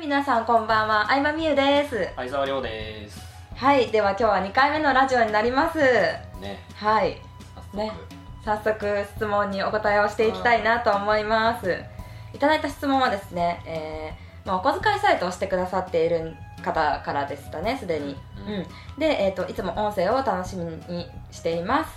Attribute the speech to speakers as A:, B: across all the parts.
A: 皆さんこんばんは、あいまみゆです。
B: 相沢亮です
A: はい、では今日は2回目のラジオになります。
B: ね
A: はい、
B: 早速、
A: ね早速質問にお答えをしていきたいなと思います。いただいた質問はですね、えーまあ、お小遣いサイトをしてくださっている方からでしたね、すでに。
B: うん
A: うん、で、えーと、いつも音声を楽しみにしています。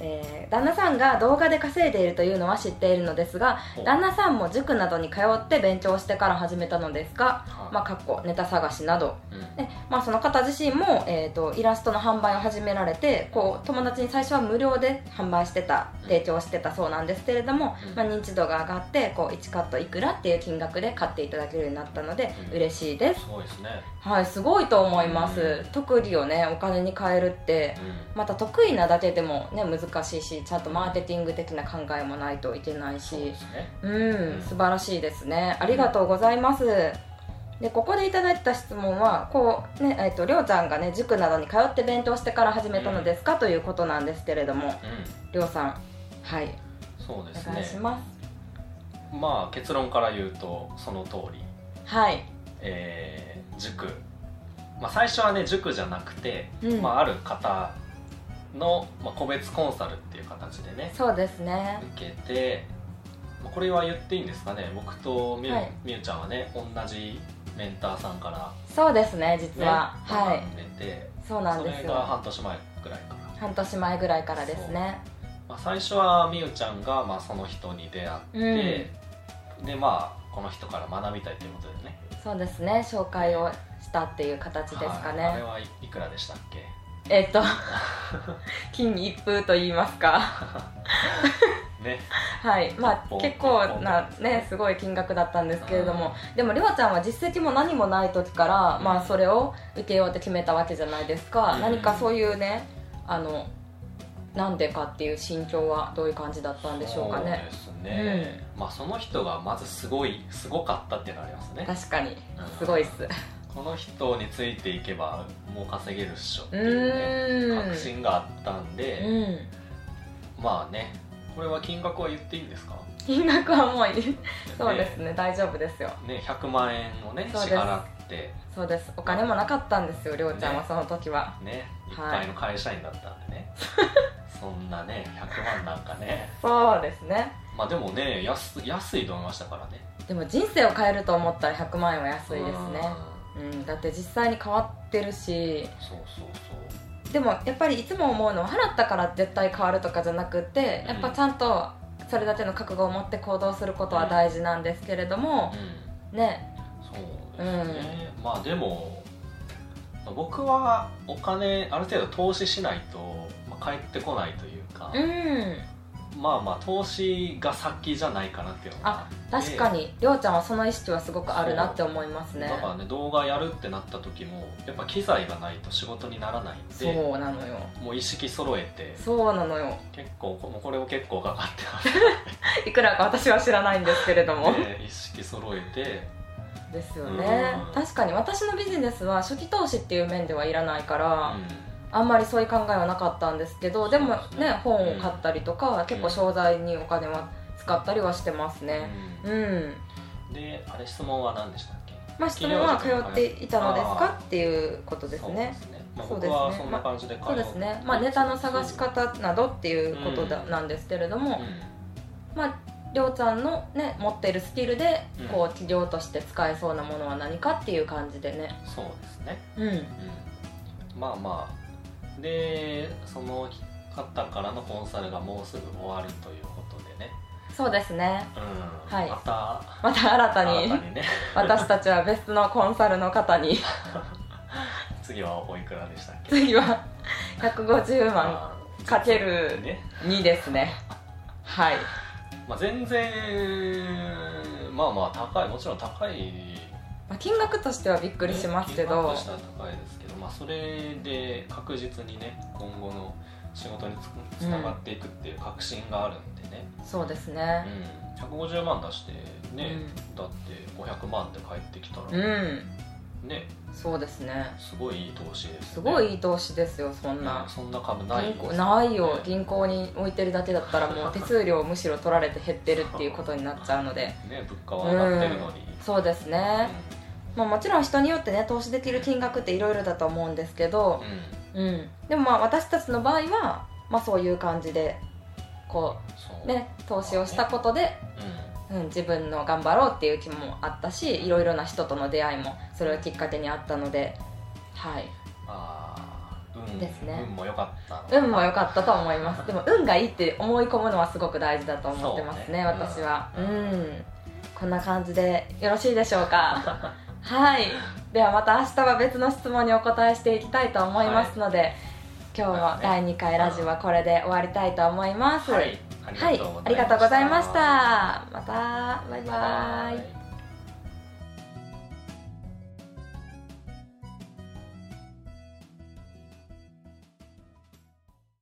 A: えー旦那さんが動画で稼いでいるというのは知っているのですが
B: ほう
A: 旦那さんも塾などに通って勉強してから始めたのですが、
B: はい
A: まあ、かっこネタ探しなど、
B: うん
A: でまあ、その方自身も、えー、とイラストの販売を始められてこう友達に最初は無料で販売してた
B: うん
A: 提供してたそうなんですけれども
B: う、ん
A: まあ、認知度が上がってこう1カットいくらっていう金額で買っていただけるようになったので
B: うん
A: 嬉しいです、
B: すごいですね
A: はい、すごいと思います、
B: う
A: 特技をねお金に変えるって
B: うん
A: また得意なだけでもね難しいしちゃんとマーケティング的な考えもないといけない
B: そう
A: し
B: ですね
A: う
B: うんん
A: 素晴らしいですねありがとうございますでここでいただいた質問はこうねえっとりょうちゃんがね塾などに通って勉強してから始めたのですか、ということなんですけれども
B: うん
A: りょうさんはい
B: そうで
A: お
B: す
A: 願いし
B: ね
A: ます
B: まあ結論から言うとその通り
A: はい
B: えー塾まあ最初はね塾じゃなくて、
A: うん
B: まあある方の、まあ、個別コンサルっていう形でね
A: そうですね
B: 受けてまあこれは言っていいんですかね僕とみゆ,、
A: はい
B: みゆちゃんはね同じメンターさんから
A: そうですね実
B: ね
A: は、はい
B: 学んでて
A: そうなんで
B: そ
A: す
B: れが
A: よ
B: 半年前くらいから
A: 半年前ぐらいからですね
B: まあ、最初はみゆちゃんが、まあ、その人に出会って、でまあこの人から学びたいということでね
A: そうですね紹介をしたっていう形ですかね、
B: はいあれはい、いくらでしたっけ
A: えっと 金一封と言いますか
B: ね
A: はいまあ
B: 一本
A: 結構な
B: 一本
A: ねすごい金額だったんですけれどもでもりょうちゃんは実績も何もない時から、
B: うん
A: まあそれを受けようって決めたわけじゃないですか、
B: うん
A: 何かそういうねあのなんでかっていう心境はどういう感じだったんでしょうかね
B: そうですね、まあその人がまずすごいすごかったっていうのがありますね
A: 確かに
B: うん
A: すごいっす
B: この人についていけばもう稼げるっしょって
A: う
B: いうね
A: ーん
B: 確信があったんで、
A: うん
B: まあねこれは金額は言っていいんですか
A: 金額はもういいそうですね大丈夫ですよ
B: ね100万円をね
A: そう
B: 支
A: です
B: 払って
A: そうですお金もなかったんですよりょうちゃんは
B: ね
A: その時は、
B: ねいっ
A: はい
B: ぱいの会社員だったん でね、そんなね100万なんかね
A: そうですね
B: まあでもね安安いと思いましたからね
A: でも人生を変えると思ったら100万円は安いですね
B: う
A: うんだって実際に変わってるし
B: んそうそうそ
A: でもやっぱりいつも思うのは払ったから絶対変わるとかじゃなくて
B: う
A: や
B: ん
A: っぱちゃんとそれだけの覚悟を持って行動することは大事なんですけれども
B: う、うん、
A: ね
B: そうですね、まあでも僕はお金ある程度投資しないと、まあ、返ってこないというか、
A: うん
B: まあまあ投資が先じゃないかなっていうのが
A: 確かにりょうちゃんはその意識はすごくあるなって思いますね
B: だからね動画やるってなった時もやっぱ機材がないと仕事にならないん
A: そう
B: で
A: なのよ
B: もう意識揃えて
A: そうなのよ
B: 結構こもうこれも結構かかってます
A: いくらか私は知らないんですけれども
B: ね意識揃えて
A: ですよね、
B: うん
A: 確かに私のビジネスは初期投資っていう面ではいらないから、
B: う
A: あんまりそういう考えはなかったんですけどでも
B: そうです
A: ね
B: ね
A: 本を買ったりとか、結構商材にお金は使ったりはしてますねうん、
B: んであれ質問は何でしたっけ
A: まあ質問は通っていたのですかっていうことです
B: そう
A: ね
B: ですね、まあ、
A: そう
B: 僕
A: ですね
B: はそんな感じで通
A: そうですね、まあ、ネタの探し方などっていうことだ、
B: うん
A: なんですけれど
B: う
A: も、
B: ん
A: まありょうちゃんのね持っているスキルで
B: うん
A: こう企業として使えそうなものは何かっていう感じでね
B: そうですね、
A: うん
B: うん、まあまあでその方からのコンサルがもうすぐ終わるということでね、
A: そうですね
B: うん
A: はい
B: また
A: また新たに
B: 新たにね
A: 私たちは別のコンサルの方に
B: 次はおいくらでしたっ け
A: 次は150万
B: まあ
A: かける
B: ね、
A: 2ですねはい
B: まあ、全然まあまあ高いもちろん高い
A: まあ金額としてはびっくりしますけ
B: 金額
A: ど
B: としては高いですけど、まあ、それで確実にね今後の仕事につつながっていくっていう確信があるんでね、
A: そうです
B: う
A: ね
B: ん150万出してね、だって500万で返ってきたら、
A: うん、
B: ね
A: そうですね
B: すごいいい投資ですよね
A: すごいいい投資ですよそん
B: な
A: な
B: そんな株ない
A: 銀
B: です
A: 行ないよ
B: ね
A: 銀行に置いてるだけだったらもう手数料むしろ取られて減ってるっていうことになっちゃうので
B: ね物価は上がってるのに、
A: そうですね
B: う
A: まあ、もちろん人によってね投資できる金額っていろいろだと思うんですけど、
B: うん
A: うん、でもまあ私たちの場合は、まあ、そういう感じでこ
B: そう
A: うね投資をしたことで、
B: う
A: うん、自分の頑張ろうっていう気もあったしいろいろな人との出会いもそれをきっかけにあったので、はい、
B: んああ運
A: ですね
B: 運も良かったの
A: 運も良かったと思いますでも運がいいって思い込むのはすごく大事だと思ってます
B: そう
A: ね
B: ね
A: 私はう、
B: うんん
A: こんな感じでよろしいでしょうか はいではまた明日は別の質問にお答えしていきたいと思いますので、今日も第2回ラジオはこれで終わりたいと思います、
B: はい
A: はいありがとうございましたまたバイバイ
B: バイバイ